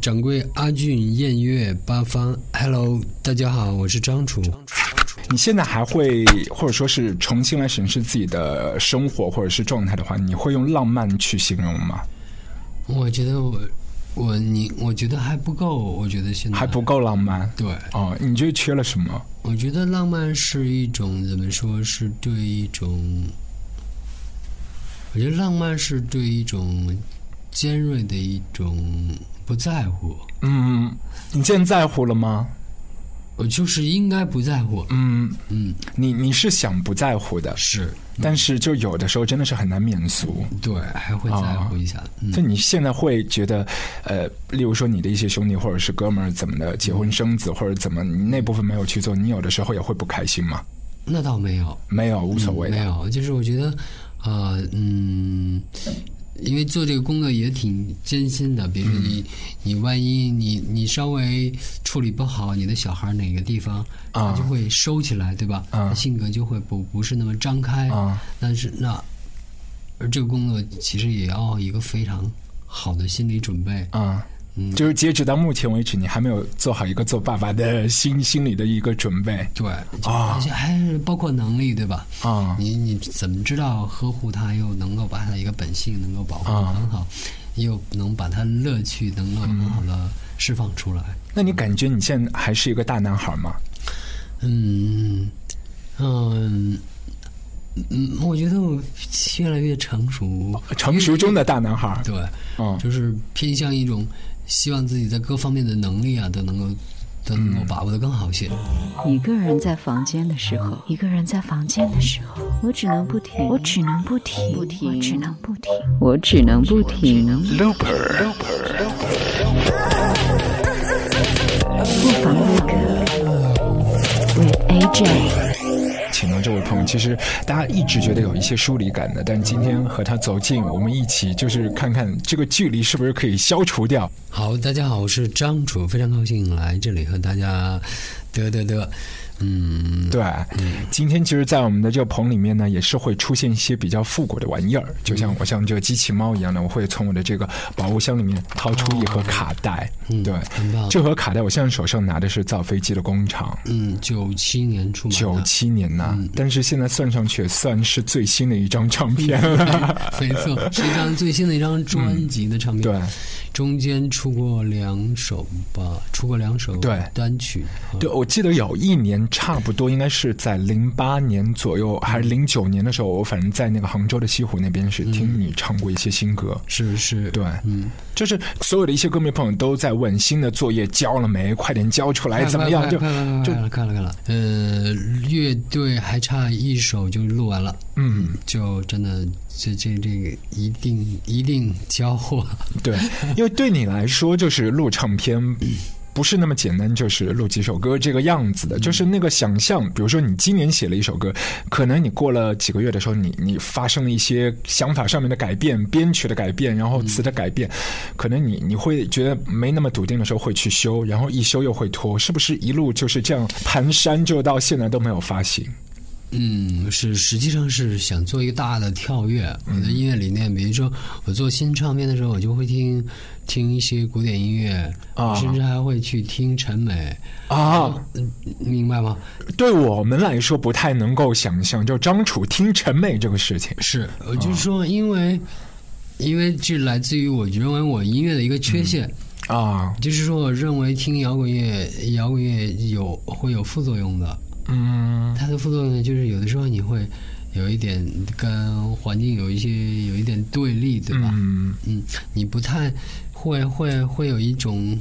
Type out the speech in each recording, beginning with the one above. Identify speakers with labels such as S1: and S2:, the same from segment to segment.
S1: 掌柜阿俊、宴月、八方，Hello，大家好，我是张楚。
S2: 你现在还会，或者说是重新来审视自己的生活或者是状态的话，你会用浪漫去形容吗？
S1: 我觉得我我你我觉得还不够，我觉得现在
S2: 还不够浪漫
S1: 对，
S2: 哦，你觉得缺了什么？
S1: 我觉得浪漫是一种怎么说是对一种，我觉得浪漫是对一种尖锐的一种不在乎，
S2: 嗯，你现在在乎了吗？
S1: 我就是应该不在乎，
S2: 嗯，
S1: 嗯，
S2: 你你是想不在乎的，
S1: 是
S2: 但是就有的时候真的是很难免俗。
S1: 对，还会在
S2: 啊
S1: 乎一下，嗯
S2: 就你现在会觉得，呃，例如说你的一些兄弟或者是哥们儿怎么的结婚生子或者怎么，你那部分没有去做，你有的时候也会不开心吗？
S1: 那倒没有，
S2: 没有，无所谓
S1: 嗯没
S2: 的。
S1: 有，就是我觉得，啊，嗯，因为做这个工作也挺艰辛的。比如
S2: 嗯
S1: 你，你万一你你稍微处理不好你的小孩哪个地方，
S2: 啊
S1: 他就会收起来，对吧？
S2: 啊
S1: 他性格就会不不是那么张开。
S2: 啊
S1: 但是那，而这个工作其实也要一个非常好的心理准备。
S2: 啊、
S1: 嗯
S2: 就是截止到目前为止，你还没有做好一个做爸爸的心心里的一个准备
S1: 对，就
S2: 啊
S1: 而且还是包括能力，对吧？
S2: 啊
S1: 你你怎么知道呵护它，又能够把它一个本性能够保护得
S2: 啊
S1: 很好，又能把它乐趣能够很好的释放出来？
S2: 那你感觉你现在还是一个大男孩吗？
S1: 嗯嗯嗯，我觉得我越来越成熟，
S2: 成熟中的大男孩儿，
S1: 对，
S2: 嗯
S1: 就是偏向一种希望自己在各方面的能力啊都能够都能够把握的更好些。
S3: 一个人在房间的时候，
S4: 一个人在房间的时候，
S3: 我只能不停，
S4: 我只能不停，
S3: 不停
S4: 我只能不停。
S3: 我只能不停。
S4: 不妨录歌，with AJ。
S2: 请到这位朋友，其实大家一直觉得有一些疏离感的，但今天和他走近，我们一起就是看看这个距离是不是可以消除掉。
S1: 好，大家好，我是张楚，非常高兴来这里和大家得得得，嗯，
S2: 对，今天其实，在我们的这个棚里面呢，也是会出现一些比较复古的玩意儿，就
S1: 嗯
S2: 像我像这个机器猫一样的，我会从我的这个宝物箱里面掏出一盒卡带。
S1: 哦嗯
S2: 对，
S1: 很棒。
S2: 这盒卡带我现在手上拿的是造飞机的工厂，
S1: 嗯，九七年出版
S2: 九
S1: 的，
S2: 七年呐、
S1: 嗯
S2: 但是现在算上去也算是最新的一张唱片了。
S1: 没错，是一张最新的一张专辑的唱片。
S2: 对，
S1: 中间出过两首吧，出过两首
S2: 对
S1: 单曲。啊
S2: 对，我记得有一年差不多应该是在零八年左右，还是零九年的时候，我反正在那个杭州的西湖那边是听你唱过一些新歌。
S1: 是是，
S2: 对，
S1: 嗯，
S2: 就是所有的一些歌迷朋友都在问新的作业交了没，快点交出来，
S1: 快
S2: 怎么样？
S1: 快
S2: 就
S1: 快快
S2: 就
S1: 快快了，看了看了。呃，乐队还差一首就录完了，
S2: 嗯，
S1: 就真的这这这个一定一定交货。
S2: 对，因为对你来说就是录唱片。不是那么简单，就是录几首歌这个样子的，就是那个想象。比如说，你今年写了一首歌，可能你过了几个月的时候，你你发生了一些想法上面的改变、编曲的改变，然后词的改变，可能你你会觉得没那么笃定的时候会去修，然后一修又会拖，是不是一路就是这样蹒跚，就到现在都没有发行？
S1: 嗯，是，实际上是想做一个大的跳跃。我的音乐理念，比如说我做新唱片的时候，我就会听听一些古典音乐，
S2: 啊
S1: 甚至还会去听陈美，嗯
S2: 啊，
S1: 明白吗？
S2: 对我们来说不太能够想象，就张楚听陈美这个事情。
S1: 是，我就是说，因为、因为这来自于我认为我音乐的一个缺陷，
S2: 啊，
S1: 就是说，我认为听摇滚乐，摇滚乐有会有副作用的。
S2: 嗯，
S1: 它的副作用呢，就是有的时候你会有一点跟环境有一些有一点对立，对吧？
S2: 嗯，
S1: 嗯，你不太会会会有一种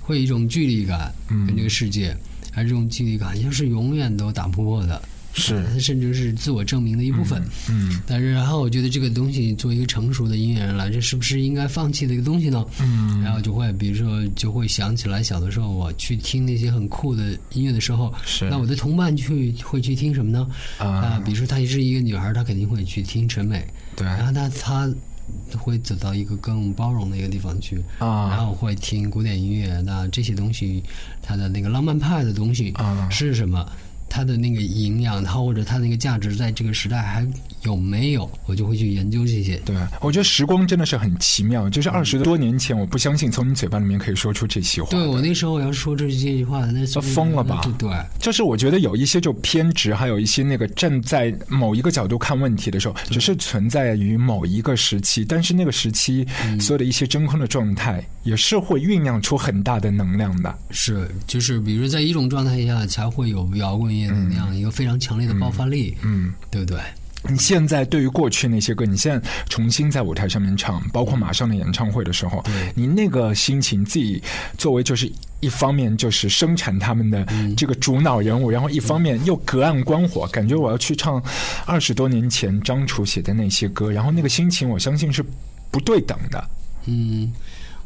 S1: 会有一种距离感
S2: 嗯
S1: 跟这个世界，而这种距离感就是永远都打不破的，
S2: 是，
S1: 它甚至是自我证明的一部分。
S2: 嗯
S1: 但是，然后我觉得这个东西作为一个成熟的音乐人来，这是不是应该放弃的一个东西呢？
S2: 嗯，
S1: 然后就会，比如说，就会想起来小的时候，我去听那些很酷的音乐的时候，
S2: 是
S1: 那我的同伴去会去听什么呢？
S2: 啊，
S1: 比如说她是一个女孩，她肯定会去听陈美，
S2: 对
S1: 然后她她会走到一个更包容的一个地方去，然
S2: 啊
S1: 后会听古典音乐。那这些东西，它的那个浪漫派的东西
S2: 啊
S1: 是什么？它的那个营养，它或者它那个价值，在这个时代还有没有，我就会去研究这些。
S2: 对，我觉得时光真的是很奇妙。就是二十多年前，我不相信从你嘴巴里面可以说出这些话。
S1: 对我那时候要说这这句话，那是
S2: 疯了吧
S1: 对对，
S2: 就是我觉得有一些就偏执，还有一些那个站在某一个角度看问题的时候，只是存在于某一个时期，但是那个时期
S1: 嗯
S2: 所有的一些真空的状态，也是会酝酿出很大的能量的。
S1: 是就是，比如在一种状态下，才会有摇滚乐的那样一个非常强烈的爆发力，
S2: 嗯，
S1: 对不对？
S2: 你现在对于过去那些歌，你现在重新在舞台上面唱，包括马上的演唱会的时候，你那个心情，自己作为就是一方面就是生产他们的这个主脑人物，然后一方面又隔岸观火，感觉我要去唱二十多年前张楚写的那些歌，然后那个心情，我相信是不对等的。
S1: 嗯，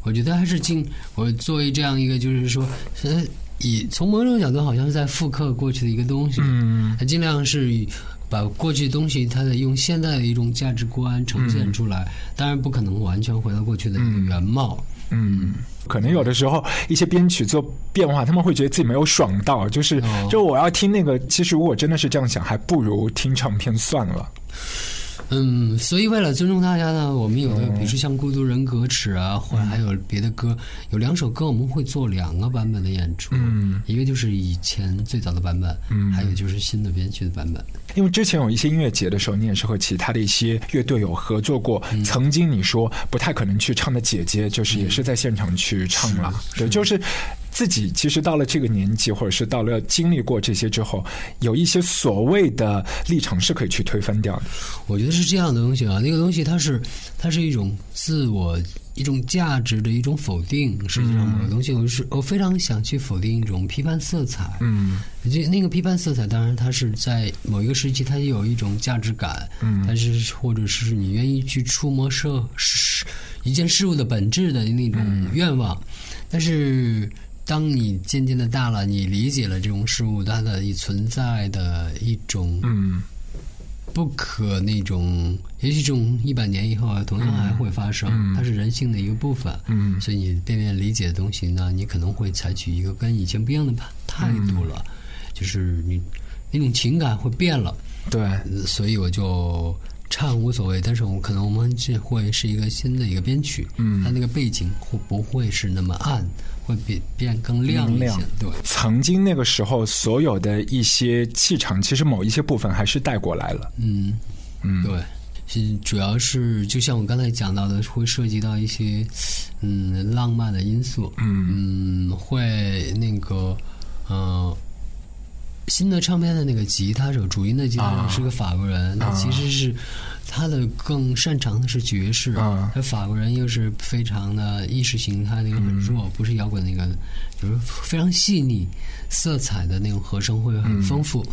S1: 我觉得还是尽我作为这样一个，就是说，呃，以从某种角度好像是在复刻过去的一个东西，
S2: 嗯，
S1: 它尽量是以把过去的东西，它的用现在的一种价值观呈现出来，当然不可能完全回到过去的一个原貌。
S2: 嗯，可能有的时候一些编曲做变化，他们会觉得自己没有爽到，就是
S1: 哦
S2: 就我要听那个，其实如果真的是这样想，还不如听唱片算了。
S1: 嗯，所以为了尊重大家呢，我们有的，比如说像《孤独人格尺》啊，或者还有别的歌，有两首歌我们会做两个版本的演出，
S2: 嗯，
S1: 一个就是以前最早的版本，嗯，还有就是新的编曲的版本。
S2: 因为之前有一些音乐节的时候，你也是和其他的一些乐队有合作过。曾经你说不太可能去唱的《姐姐》，就是也是在现场去唱了。对，就是自己其实到了这个年纪，或者是到了经历过这些之后，有一些所谓的立场是可以去推翻掉的。
S1: 我觉得是这样的东西啊，那个东西它是它是一种自我一种价值的一种否定。实际上，某
S2: 嗯
S1: 个东西我是我非常想去否定一种批判色彩。
S2: 嗯
S1: 就那个批判色彩，当然它是在某一个时期，它有一种价值感，
S2: 嗯
S1: 但是或者是你愿意去触摸社事一件事物的本质的那种
S2: 嗯
S1: 愿望，但是。当你渐渐的大了，你理解了这种事物它的存在的一种
S2: 嗯
S1: 不可那种，也许这种一百年以后啊，同样还会发生，它是人性的一个部分。
S2: 嗯
S1: 所以你变变理解的东西呢，你可能会采取一个跟以前不一样的判态度了，就是你那种情感会变了。
S2: 对。
S1: 呃所以我就唱无所谓，但是我可能我们这会是一个新的一个编曲，嗯，它那个背景会不会是那么暗，会变变更亮一
S2: 明
S1: 些
S2: 亮？
S1: 对，
S2: 曾经那个时候，所有的一些气场，其实某一些部分还是带过来了。
S1: 嗯，对，是主要是就像我刚才讲到的，会涉及到一些嗯浪漫的因素，嗯会那个呃。新的唱片的那个吉他手，主音的吉他手是个法国人，那其实是他的更擅长的是爵士，
S2: 啊
S1: 而法国人又是非常的意识形态那个很弱，不是摇滚那个，就是非常细腻，色彩的那种和声会很丰富。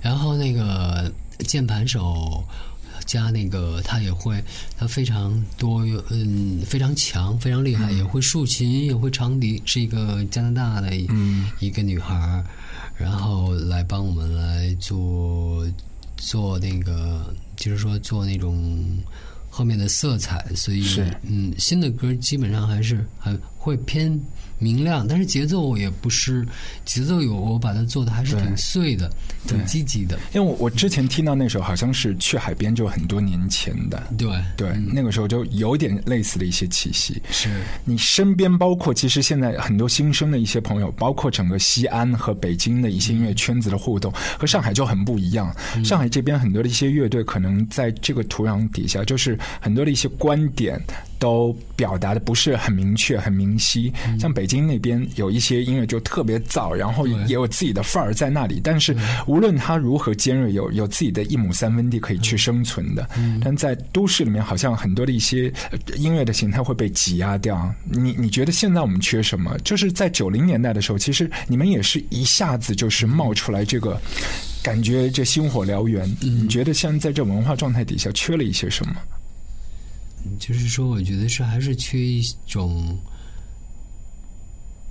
S1: 然后那个键盘手加那个他也会，他非常多，嗯，非常强，非常厉害，也会竖琴，也会长笛，是一个加拿大的一,、一个女孩儿，然后来帮我们来做做那个，就是说做那种。后面的色彩，所以
S2: 是
S1: 嗯，新的歌基本上还是还会偏明亮，但是节奏也不是节奏有我把它做的还是
S2: 对
S1: 挺碎的，挺积极的，
S2: 因为我我之前听到那首好像是去海边，就很多年前的。
S1: 对
S2: 对，那个时候就有点类似的一些气息。
S1: 是
S2: 你身边包括其实现在很多新生的一些朋友，包括整个西安和北京的一些音乐圈子的互动，和上海就很不一样。上海这边很多的一些乐队，可能在这个土壤底下，就是很多的一些观点都表达的不是很明确、很明晰。像北京那边有一些音乐就特别燥，然后也有自己的范儿在那里，但是无论它如何尖锐，有有自己的一亩三分地可以去生存的。但在都市里面，好像很多的一些呃音乐的形态会被挤压掉。你你觉得现在我们缺什么？就是在九零年代的时候，其实你们也是一下子就是冒出来这个。感觉这星火燎原，你觉得现在这文化状态底下缺了一些什么？
S1: 就是说，我觉得是还是缺一种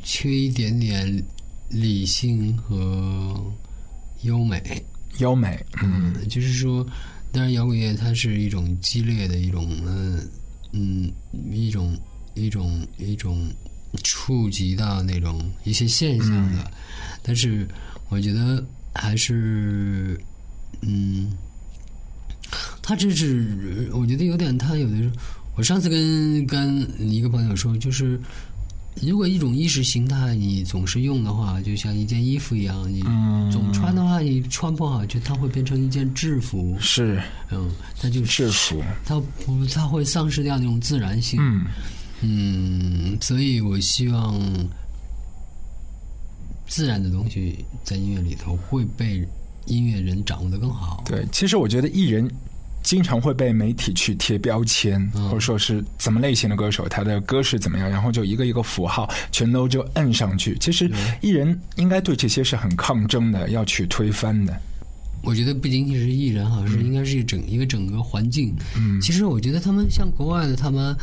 S1: 缺一点点理性和优美，
S2: 优美，嗯
S1: 嗯，就是说，当然摇滚乐它是一种激烈的一种，嗯嗯，一种一种一种触及到那种一些现象的，但是我觉得还是嗯，他这是我觉得有点，他有的时候，我上次跟跟一个朋友说，就是如果一种意识形态你总是用的话，就像一件衣服一样，你总穿的话，你穿不好，就它会变成一件制服，
S2: 是
S1: 嗯，它就
S2: 制服，
S1: 它不，它会丧失掉那种自然性，
S2: 嗯，
S1: 嗯，所以我希望自然的东西在音乐里头会被音乐人掌握的更好。
S2: 对。其实我觉得艺人经常会被媒体去贴标签，
S1: 嗯
S2: 或者说是怎么类型的歌手，他的歌是怎么样，然后就一个一个符号全都就摁上去。其实艺人应该对这些是很抗争的，要去推翻的。
S1: 我觉得不仅仅是艺人哈，是应该是一整、
S2: 嗯
S1: 一个整个环境。嗯，其实我觉得他们像国外的，他们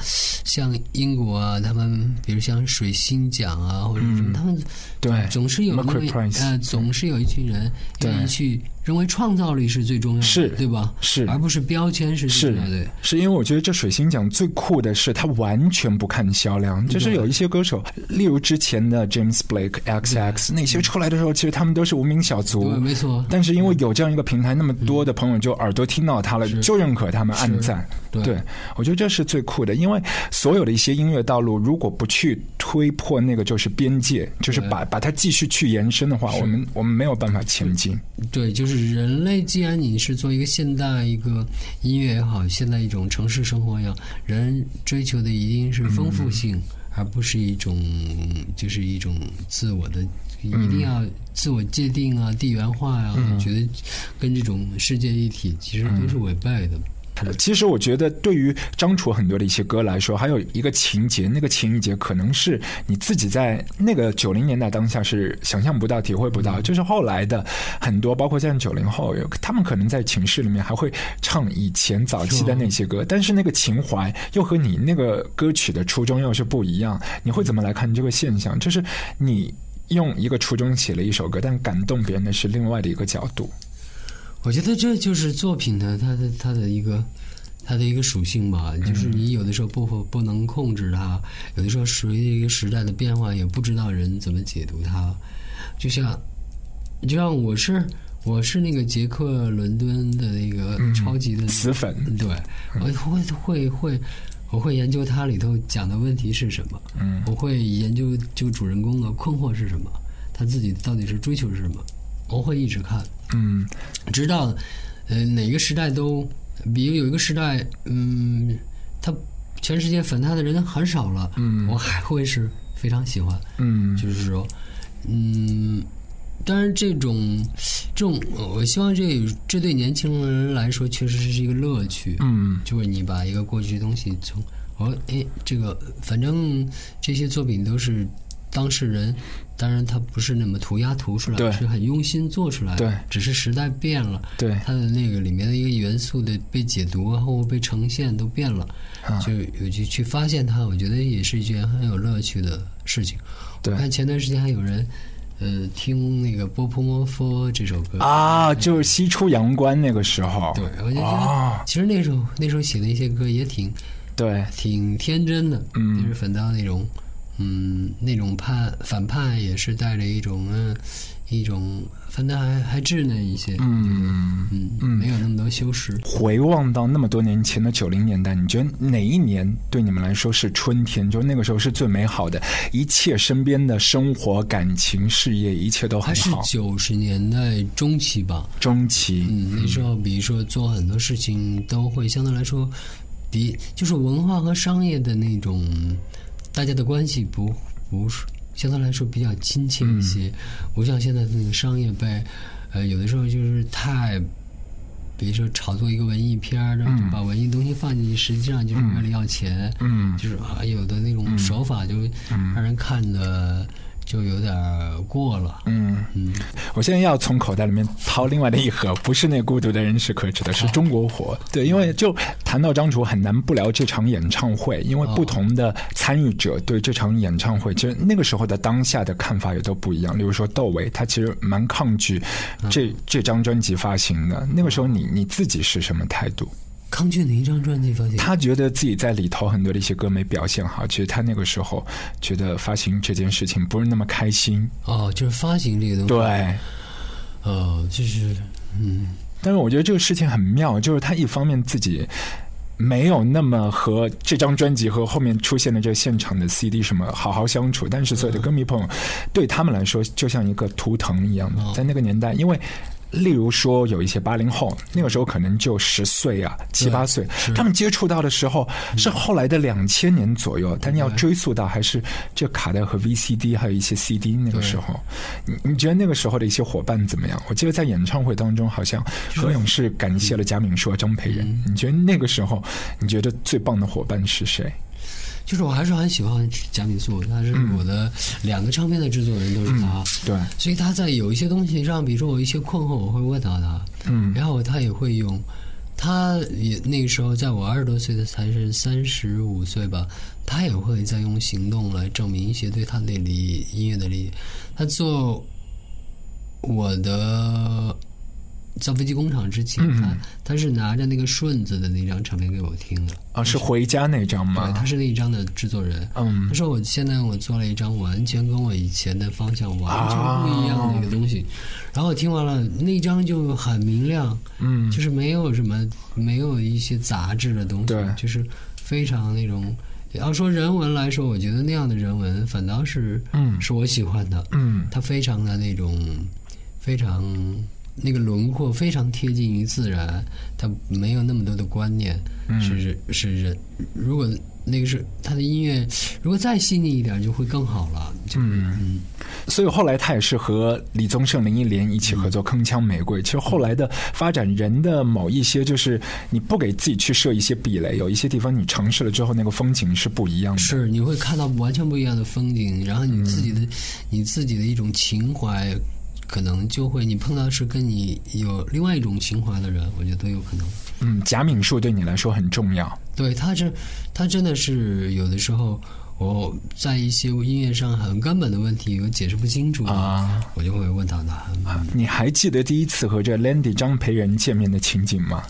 S1: 像英国啊，他们比如像水星奖啊或者什
S2: 嗯
S1: 么，他们
S2: 对
S1: 总是有那么
S2: Mercury Prize
S1: 呃，总是有一群人
S2: 哎对
S1: 愿意去认为创造力是最重要的，
S2: 是
S1: 对吧？
S2: 是
S1: 而不是标签是最
S2: 是
S1: 重要的。
S2: 是因为我觉得这水星奖最酷的是它完全不看销量，就是有一些歌手，例如之前的 James Blake、XX 那些出来的时候，其实他们都是无名小卒
S1: 对，，没错。
S2: 但是因为有这样一个平台，那么多的朋友就耳朵听到他了，就认可他们，
S1: 是
S2: 暗赞。
S1: 对
S2: 我觉得这是最酷的，因为所有的一些音乐道路，如果不去推破那个就是边界，就是把把它继续去延伸的话，我们我们没有办法前进。
S1: 对，就是人类，既然你是做一个现代一个音乐也好，现代一种城市生活也好，人追求的一定是丰富性，
S2: 嗯
S1: 而不是一种就是一种自我的，一定要
S2: 嗯
S1: 自我界定啊、地缘化呀、我觉得跟这种世界一体其实都是
S2: 嗯
S1: 违背的。
S2: 其实我觉得，对于张楚很多的一些歌来说，还有一个情节，那个情节可能是你自己在那个九零年代当下是想象不到、体会不到，就是后来的很多，包括像九零后，有他们可能在情室里面还会唱以前早期的那些歌，但是那个情怀又和你那个歌曲的初衷又是不一样。你会怎么来看这个现象？就是你用一个初衷写了一首歌，但感动别人的是另外的一个角度。
S1: 我觉得这就是作品的它的它的一个它的一个属性吧，就是你有的时候不不能控制它，有的时候随着一个时代的变化，也不知道人怎么解读它。就像就像我是我是那个捷克伦敦的那个超级的、
S2: 死粉，
S1: 对，我会会会，我会研究它里头讲的问题是什么，嗯，我会研究这个主人公的困惑是什么，他自己到底是追求是什么，我会一直看，
S2: 嗯，
S1: 直到呃哪个时代都，比如有一个时代，嗯，他全世界粉他的人很少了，嗯，我还会是非常喜欢，
S2: 嗯，
S1: 就是说，嗯，当然这种这种，我希望这这对年轻人来说确实是一个乐趣，
S2: 嗯，
S1: 就是你把一个过去的东西从，哦，哎，这个反正这些作品都是当事人。当然，他不是那么涂鸦涂出来，
S2: 对
S1: 是很用心做出来的。
S2: 对
S1: 只是时代变了，
S2: 对
S1: 它的那个里面的一个元素的被解读啊，或被呈现都变了，
S2: 啊
S1: 就有去去发现它，我觉得也是一件很有乐趣的事情。
S2: 对
S1: 我看前段时间还有人，呃，听那个《波普摩佛》这首歌，
S2: 啊，就是西出阳关那个时候，
S1: 对，我就觉
S2: 啊
S1: 得其实那时候那时候写的一些歌也挺
S2: 对
S1: 挺天真的，
S2: 嗯
S1: 就是反倒那种，嗯，那种叛反叛也是带着一种嗯一种，反倒还还稚嫩一些，
S2: 嗯，
S1: 嗯，没有那么多修饰。
S2: 回望到那么多年前的九零年代，你觉得哪一年对你们来说是春天？就那个时候是最美好的，一切身边的生活、感情、事业，一切都
S1: 还啊
S2: 很
S1: 是
S2: 好。
S1: 九十年代中期吧，
S2: 中期，
S1: 嗯，那时候比如说做很多事情都会相对来说，比就是文化和商业的那种大家的关系不不是相对来说比较亲切一些，
S2: 嗯
S1: 不像现在那个商业被呃有的时候就是太。比如说炒作一个文艺片儿，然后就把文艺东西放进去，实际上就是为了要钱。
S2: 嗯
S1: 就是啊，有的那种手法就让人看的就有点儿过了。
S2: 嗯，
S1: 嗯，
S2: 我现在要从口袋里面掏另外的一盒，不是那《孤独的人是可耻的》，是中国火。对，因为就谈到张楚，很难不聊这场演唱会，因为不同的参与者对这场演唱会，其实那个时候的当下的看法也都不一样。例如说窦唯，他其实蛮抗拒这这张专辑发行的。那个时候你你自己是什么态度？
S1: 康俊的一张专辑发行，
S2: 他觉得自己在里头很多的一些歌没表现好，其实他那个时候觉得发行这件事情不是那么开心。
S1: 哦，就是发行这个东西。
S2: 对，
S1: 呃，就是嗯，
S2: 但是我觉得这个事情很妙，就是他一方面自己没有那么和这张专辑和后面出现的这现场的 CD 什么好好相处，但是所有的歌迷朋友对他们来说就像一个图腾一样的，在那个年代，因为。例如说，有一些八零后，那个时候可能就十岁啊，七八岁，他们接触到的时候是后来的两千年左右，但要追溯到还是这卡带和 VCD，还有一些 CD 那个时候。你你觉得那个时候的一些伙伴怎么样？我记得在演唱会当中，好像何勇是感谢了贾敏硕、张培仁。
S1: 嗯
S2: 你觉得那个时候，你觉得最棒的伙伴是谁？
S1: 就是我还是很喜欢贾敏素，他是我
S2: 嗯
S1: 的两个唱片的制作人都是他，
S2: 对，
S1: 所以他在有一些东西上，比如说我一些困惑，我会问到他，
S2: 嗯
S1: 然后他也会用，他也那个时候在我二十多岁的才是三十五岁吧，他也会在用行动来证明一些对他对理音乐的理解。他做我的造飞机工厂之前，他他是拿着那个顺子的那张唱片给我听的，
S2: 啊，是回家那张
S1: 对，
S2: 吗
S1: 他？是那一张的制作人。
S2: 嗯
S1: 他说我现在我做了一张完全跟我以前的方向完全不一样的一个东西，然后我听完了那一张就很明亮，
S2: 嗯
S1: 就是没有什么没有一些杂质的东西
S2: 对，
S1: 就是非常那种。要说人文来说，我觉得那样的人文反倒是，
S2: 嗯
S1: 是我喜欢的，
S2: 嗯
S1: 它非常的那种，非常那个轮廓非常贴近于自然，它没有那么多的观念，
S2: 嗯
S1: 是是人。如果那个是他的音乐，如果再细腻一点，就会更好了。就是嗯，
S2: 所以后来他也是和李宗盛、林忆莲一起合作《
S1: 嗯
S2: 铿锵玫瑰》。其实后来的发展，人的某一些就是你不给自己去设一些壁垒，有一些地方你尝试了之后，那个风景是不一样的。
S1: 是你会看到完全不一样的风景，然后你自己的、
S2: 嗯
S1: 你自己的一种情怀，可能就会你碰到是跟你有另外一种情怀的人，我觉得都有可能。
S2: 嗯，贾敏树对你来说很重要。
S1: 对，他这他真的是有的时候，我在一些音乐上很根本的问题，我解释不清楚
S2: 啊，
S1: 我就会问到他。
S2: 你还记得第一次和这 Landy 张培仁见面的情景吗？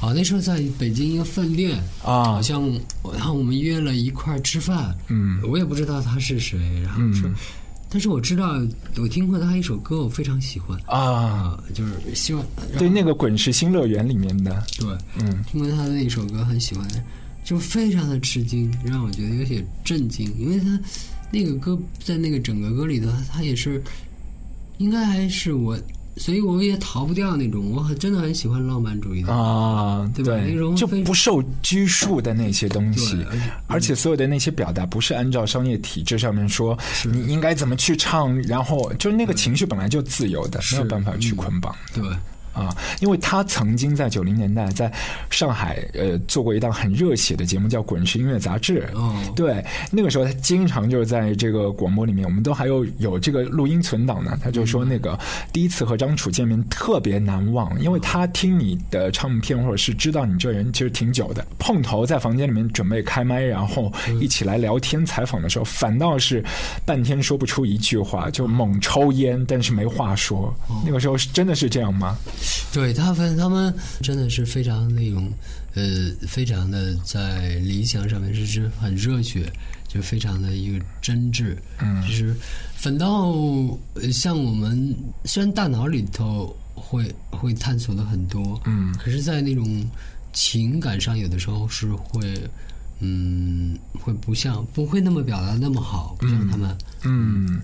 S1: 哦，那时候在北京一个饭店，
S2: 啊
S1: 好，像然后我们约了一块儿吃饭，
S2: 嗯，
S1: 我也不知道他是谁，然后说，但是我知道我听过他一首歌，我非常喜欢
S2: 啊，
S1: 啊，就是希望然后
S2: 对，那个《滚石新乐园》里面的，
S1: 对，
S2: 嗯，
S1: 听过他的那首歌很喜欢，就非常的吃惊，让我觉得有些震惊，因为他那个歌在那个整个歌里头，他也是应该还是我，所以我也逃不掉那种，我很真的很喜欢浪漫主义的。
S2: 啊，
S1: 对吧那种
S2: 就
S1: 非
S2: 不受拘束的那些东西
S1: 对而且，
S2: 而且所有的那些表达不是按照商业体制上面说你应该怎么去唱，然后就是那个情绪本来就自由的，没有办法去捆绑。
S1: 对，
S2: 啊，因为他曾经在九零年代在上海呃做过一档很热血的节目，叫《滚石音乐杂志》。
S1: 哦
S2: 对，那个时候他经常就是在这个广播里面，我们都还有有这个录音存档呢。他就说那个第一次和张楚见面特别难忘，因为他听你的唱片或者是知道你这人其实挺久的，碰头在房间里面准备开麦，然后一起来聊天采访的时候，反倒是半天说不出一句话，就猛抽烟，但是没话说。那个时候是真的是这样吗？
S1: 对他们，他们真的是非常那种，呃，非常的在理想上面是是很热血，就非常的一个真挚。嗯，就是反倒呃像我们虽然大脑里头会会探索的很多，
S2: 嗯，
S1: 可是，在那种情感上，有的时候是会，嗯，会不像不会那么表达得那么好，不像他们。
S2: 嗯，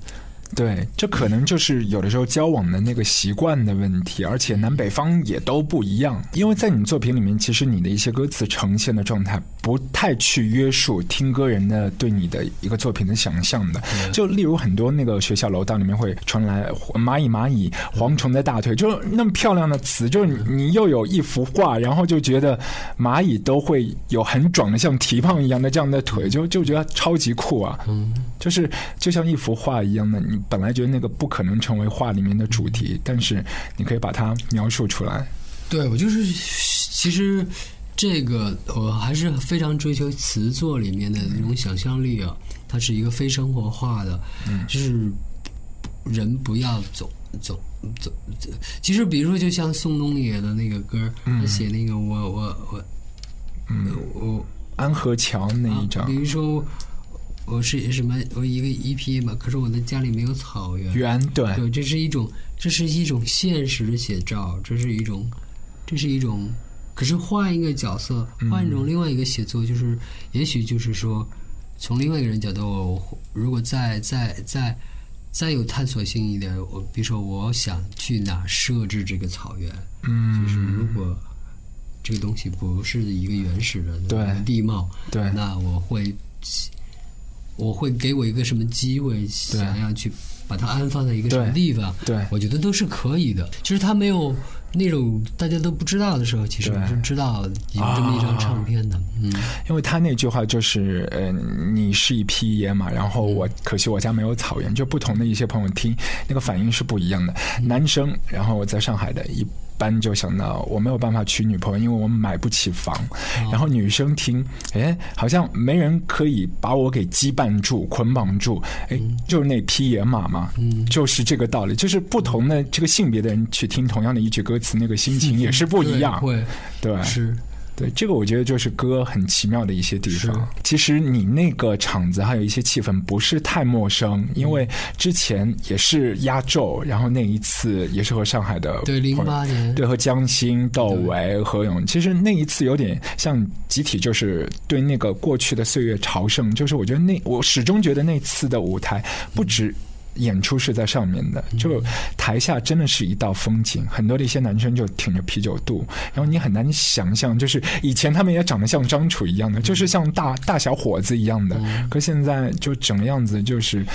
S2: 对，这可能就是有的时候交往的那个习惯的问题，而且南北方也都不一样。因为在你作品里面，其实你的一些歌词呈现的状态不太去约束听歌人的对你的一个作品的想象的。就例如很多那个学校楼道里面会传来蚂蚁蚂蚁、蝗虫的大腿，就是那么漂亮的词，就是你你又有一幅画，然后就觉得蚂蚁都会有很壮的像蹄膀一样的这样的腿，就就觉得超级酷啊。
S1: 嗯，
S2: 就是就像一幅画一样的，你本来觉得那个不可能成为画里面的主题，但是你可以把它描述出来。
S1: 对我就是，其实这个我还是非常追求词作里面的那种想象力啊，它是一个非生活化的，
S2: 嗯
S1: 就是人不要总总总。走其实比如说，就像宋冬野的那个歌儿，他写那个我我我，嗯我。啊
S2: 安河桥那一张
S1: 比，如说我是什么？我一个 EP 嘛，可是我的家里没有草原。
S2: 圆对，
S1: 对，这是一种，这是一种现实的写照，这是一种，这是一种。可是换一个角色，换
S2: 嗯
S1: 一种另外一个写作，就是、也许就是说，从另外一个人角度，我如果再再再再有探索性一点，我比如说我想去哪设置这个草原，
S2: 嗯，
S1: 就是如果这个东西不是一个原始的
S2: 对哎
S1: 地貌，
S2: 对
S1: 那我会我会给我一个什么机会，想要去把它安放在一个什么
S2: 对
S1: 地方，
S2: 对
S1: 我觉得都是可以的。其实它没有那种大家都不知道的时候，其实
S2: 对啊
S1: 我是知道有这么一张唱片的，嗯，
S2: 因为他那句话就是，呃，你是一匹野马，然后
S1: 嗯
S2: 我可惜我家没有草原，就不同的一些朋友听那个反应是不一样的。
S1: 嗯
S2: 男生，然后在上海的一般就想到我没有办法娶女朋友，因为我买不起房。
S1: 哦
S2: 然后女生听，哎，好像没人可以把我给羁绊住、捆绑住，哎，
S1: 嗯
S2: 就是那匹野马嘛，就是这个道理。就是不同的这个性别的人去听同样的一句歌词，那个心情也是不一样。哎
S1: 对
S2: 对，
S1: 会是
S2: 对，这个我觉得就是歌很奇妙的一些地方。其实你那个场子还有一些气氛不是太陌生，
S1: 嗯
S2: 因为之前也是压轴，然后那一次也是和上海的
S1: 对零
S2: 朋友
S1: 八年，
S2: 对和江欣、窦唯、何勇，其实那一次有点像集体，就是对那个过去的岁月朝圣。就是我觉得那我始终觉得那次的舞台不止。演出是在上面的，就台下真的是一道风景。很多的一些男生就挺着啤酒肚，然后你很难想象，就是以前他们也长得像张楚一样的，就是像大大小伙子一样的，可现在就整个样子就是，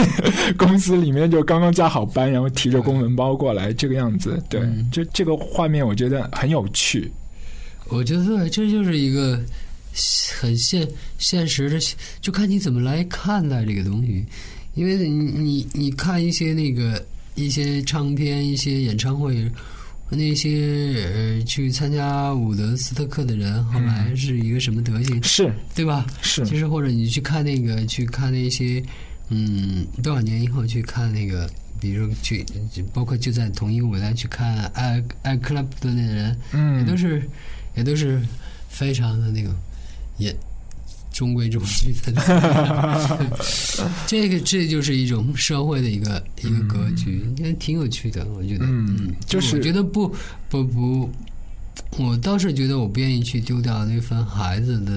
S2: 公司里面就刚刚加好班，然后提着公文包过来，这个样子。
S1: 嗯
S2: 对，这这个画面我觉得很有趣。
S1: 我觉得这就是一个很现现实的，就看你怎么来看待这个东西。因为你你你看一些那个一些唱片、一些演唱会，那些呃去参加伍德斯特克的人，后
S2: 嗯
S1: 来是一个什么德行，
S2: 是
S1: 对吧？
S2: 是，
S1: 其实或者你去看那个，去看那些，嗯，多少年以后去看那个，比如说去，就包括就在同一个舞台去看艾艾克拉普顿的人，也都
S2: 嗯，
S1: 是也都是非常的那个也中规中矩的。 这个这就是一种社会的一个一个格局，应该挺有趣的，我觉得。
S2: 嗯就是
S1: 我觉得不不不。我倒是觉得我不愿意去丢掉那份孩子的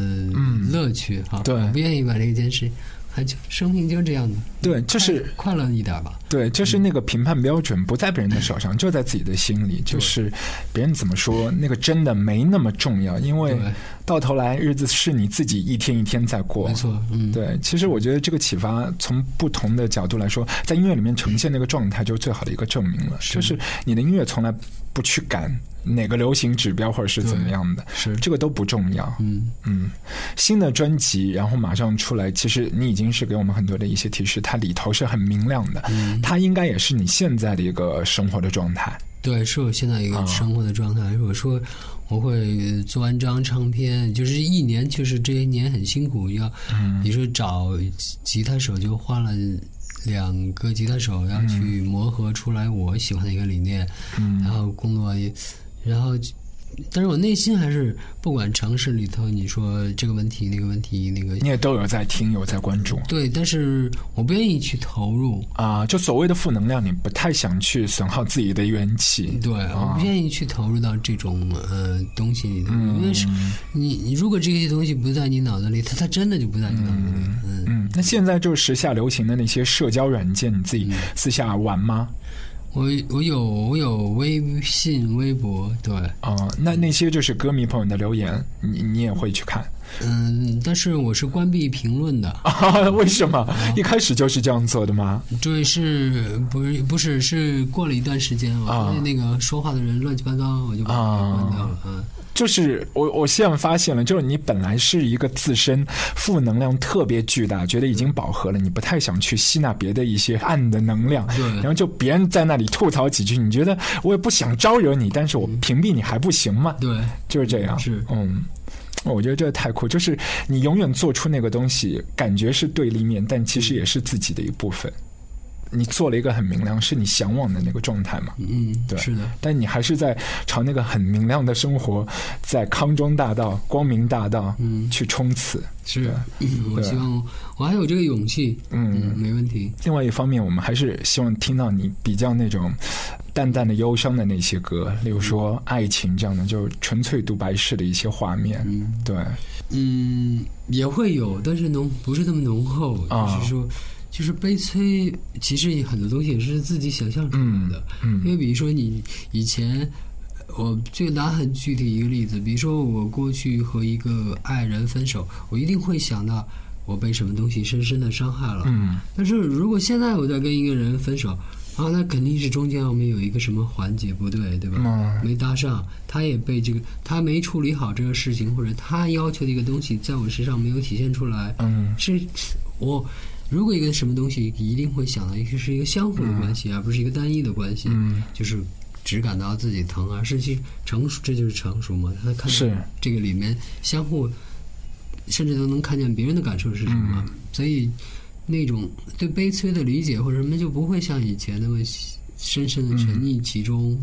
S1: 乐趣哈，
S2: 嗯对
S1: 我不愿意把这件事，还就生命就这样的，
S2: 对，就是
S1: 快乐一点吧。
S2: 对，就是那个评判标准不在别人的手上，就在自己的心里。就是别人怎么说，那个真的没那么重要，因为
S1: 对
S2: 到头来日子是你自己一天一天在过
S1: 没。错，嗯，
S2: 对，其实我觉得这个启发从不同的角度来说，在音乐里面呈现那个状态，就是最好的一个证明了。就是你的音乐从来不去赶哪个流行指标或者是怎么样的，
S1: 是
S2: 这个都不重要。
S1: 嗯
S2: 嗯，新的专辑然后马上出来，其实你已经是给我们很多的一些提示，它里头是很明亮的，
S1: 嗯
S2: 它应该也是你现在的一个生活的状态。
S1: 对，是我现在一个生活的状态。我说我会做完这张唱片，就是一年，就是这一年很辛苦，要、你说找吉吉他手就换了。两个吉他手要去磨合出来我喜欢的一个理念，
S2: 嗯
S1: 然后工作也，然后，但是我内心还是不管城市里头你说这个问题那个问题那个，
S2: 你也都有在听，有在关注
S1: 对，但是我不愿意去投入，
S2: 啊、就所谓的负能量，你不太想去损耗自己的元气。
S1: 对，我不愿意去投入到这种呃东西里头，
S2: 嗯
S1: 因为是你你如果这些东西不在你脑子里，它它真的就不在你脑子里。嗯，
S2: 嗯，那现在就是时下流行的那些社交软件，你自己私下玩吗？
S1: 我我有我有微信、微博，对，
S2: 啊、那那些就是歌迷朋友的留言，你你也会去看？
S1: 嗯，但是我是关闭评论的，
S2: 啊，为什么一开始就是这样做的吗？
S1: 对，是不是不是是过了一段时间，我
S2: 啊
S1: 发现那个说话的人乱七八糟，我就把它关掉了。嗯，
S2: 就是我我现在发现了，就是你本来是一个自身负能量特别巨大，觉得已经饱和了，你不太想去吸纳别的一些暗的能量，
S1: 对
S2: 然后就别人在那里吐槽几句，你觉得我也不想招惹你，但是我屏蔽你还不行吗？
S1: 对。
S2: 就是这样，
S1: 是
S2: 嗯。我觉得这太酷，就是你
S1: 嗯
S2: 永远做出那个东西，感觉是对立面，但其实也是自己的一部分。你做了一个很明亮，是你向往的那个状态嘛？
S1: 嗯，
S2: 对，
S1: 是的，
S2: 但你还是在朝那个很明亮的生活，在康庄大道、光明大道
S1: 嗯
S2: 去冲刺。
S1: 是嗯
S2: 对。
S1: 我希望我我还有这个勇气，嗯，没问题。
S2: 另外一方面，我们还是希望听到你比较那种淡淡的忧伤的那些歌，例如说
S1: 嗯
S2: 爱情这样的，就纯粹独白式的一些画面。对，
S1: 嗯，也会有，但是浓不是那么浓厚，
S2: 啊
S1: 就是说，就是悲催，其实也很多东西也是自己想象出来的。
S2: 嗯嗯
S1: 因为比如说你以前，我就拿很具体一个例子，比如说我过去和一个爱人分手，我一定会想到我被什么东西深深的伤害了。
S2: 嗯
S1: 但是如果现在我在跟一个人分手，啊，那肯定是中间我们有一个什么环节不对，对吧？
S2: 嗯
S1: 没搭上，他也被这个他没处理好这个事情，或者他要求的一个东西在我身上没有体现出来，
S2: 嗯
S1: 是我如果一个什么东西一定会想到一个是一个相互的关系，而不是一个单一的关系，
S2: 嗯
S1: 就是只感到自己疼，而是去成熟，这就是成熟嘛。他看
S2: 是
S1: 到这个里面相互，甚至都能看见别人的感受是什么，所以那种对悲催的理解或者什么就不会像以前那么深深的沉溺其中。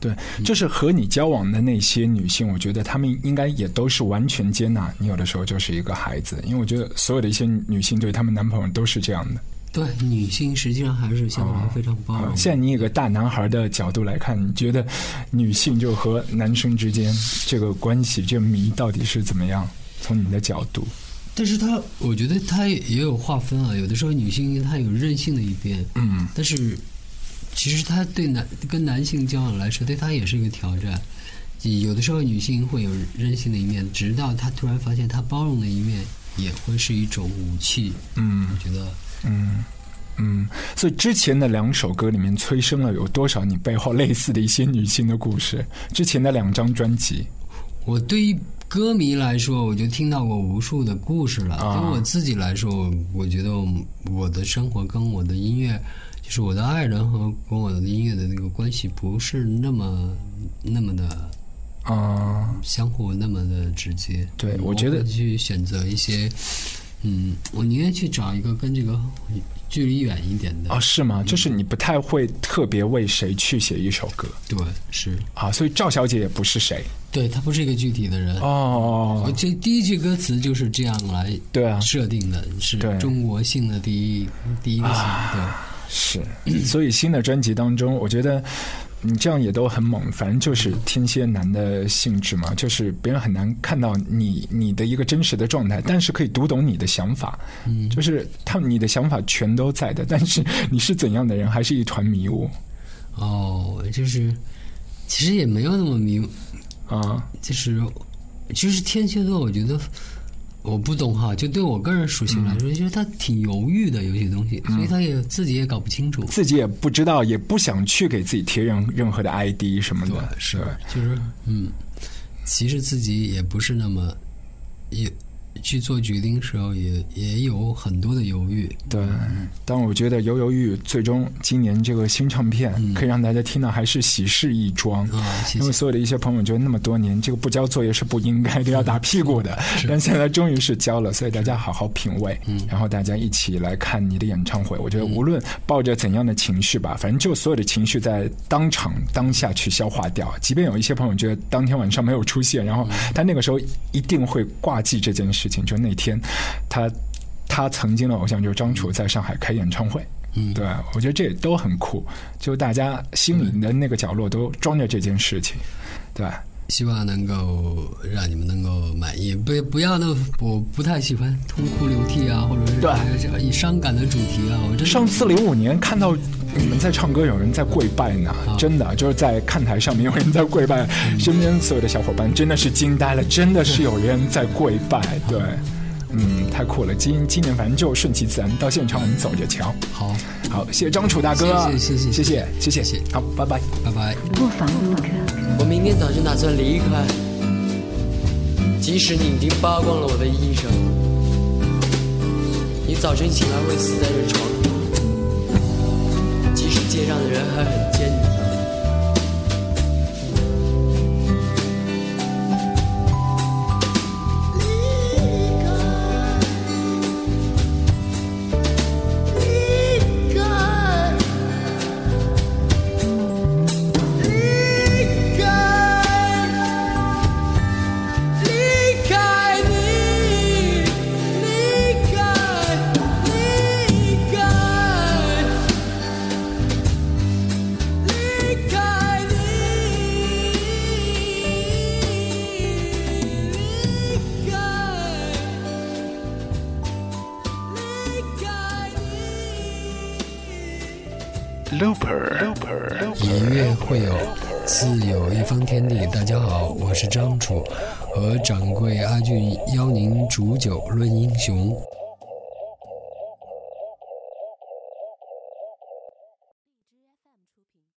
S2: 对，就是和你交往的那些女性，我觉得她们应该也都是完全接纳你。有的时候就是一个孩子，因为我觉得所有的一些女性对她们男朋友都是这样的。啊
S1: 对，女性实际上还是相对来说非常包容的。
S2: 现在你以个大男孩的角度来看，你觉得女性就和男生之间这个关系这个谜到底是怎么样？从你的角度，
S1: 但是她，我觉得她也有划分啊。有的时候女性她有任性的一边，
S2: 嗯
S1: 但是其实她对男跟男性交往来说，对她也是一个挑战。有的时候女性会有任性的一面，直到她突然发现她包容的一面也会是一种武器。
S2: 嗯
S1: 我觉得，
S2: 嗯嗯。所以之前的两首歌里面催生了有多少你背后类似的一些女性的故事？之前的两张专辑，
S1: 我对于歌迷来说，我就听到过无数的故事了。
S2: 啊
S1: 对我自己来说，我我觉得我的生活跟我的音乐，就是我的爱人和跟我的音乐的那个关系，不是那么那么的
S2: 啊、
S1: 相互那么的直接。
S2: 对
S1: 我
S2: 我觉得
S1: 会去选择一些，嗯，我宁愿去找一个跟这个距离远一点的。
S2: 哦，是
S1: 嗯
S2: 吗？就是你不太会特别为谁去写一首歌
S1: 对，是
S2: 啊，所以赵小姐也不是谁
S1: 对他不是一个具体的人。我
S2: 哦，
S1: 这第一句歌词就是这样来
S2: 对啊，
S1: 设定的，是
S2: 对
S1: 中国性的第一第一个性。对，
S2: 是，
S1: 嗯
S2: 所以新的专辑当中，我觉得你这样也都很猛，反正就是天蝎男的性质嘛，就是别人很难看到你你的一个真实的状态，但是可以读懂你的想法，
S1: 嗯
S2: 就是他们你的想法全都在的，但是你是怎样的人，还是一团迷雾
S1: 哦，就是其实也没有那么迷，
S2: 啊，
S1: 就是其实天蝎座，我觉得我不懂哈，就对我个人属性来说，就是他挺犹豫的，有些东西，所以他也自己也搞不清楚。
S2: 自己也不知道，也不想去给自己贴任任何的 ID 什么
S1: 对
S2: 的，，
S1: 是，就是嗯，其实自己也不是那么也去做决定时候也也有很多的犹豫。
S2: 对，但我觉得犹犹豫豫，最终今年这个新唱片可以让大家听到还是喜事一桩。
S1: 啊，谢
S2: 因为
S1: 谢。
S2: 所有的一些朋友觉得那么多年这个不交作业是不应该的，要打屁股的，但现在终于是交了，所以大家好好品味，
S1: 嗯
S2: 然后大家一起来看你的演唱会。我觉得无论抱着怎样的情绪吧，反正就所有的情绪在当场当下去消化掉。即便有一些朋友觉得当天晚上没有出现，然后他那个时候一定会挂记这件事情，就那天他。他曾经的偶像就是张楚，在上海开演唱会，
S1: 嗯
S2: 对我觉得这也都很酷，就大家心里的那个角落都装着这件事情，对吧？
S1: 希望能够让你们能够满意，不不要那我不太喜欢痛哭流涕啊，或者是
S2: 对
S1: 还有这以伤感的主题啊，我真的
S2: 上次零五年看到你们在唱歌，有人在跪拜呢，
S1: 啊
S2: 真的就是在看台上面有人在跪拜，
S1: 嗯
S2: 身边所有的小伙伴真的是惊呆了，真的是有人在跪拜，对，嗯，太酷了。今今年反正就顺其自然，到现场我们走着瞧。
S1: 好，
S2: 好，谢谢张楚大哥，
S1: 谢谢谢谢
S2: 谢谢谢谢
S1: 谢谢
S2: 好，拜拜。
S1: 拜拜。
S4: 不妨录个
S5: 我明天早晨打算离开，即使你已经扒光了我的衣裳，你早晨醒来会死在这床上，即使街上的人还很坚强。
S6: 离开，
S1: 音乐会友，自有一方天地。大家好，我是张楚，和掌柜阿俊邀您煮酒论英雄。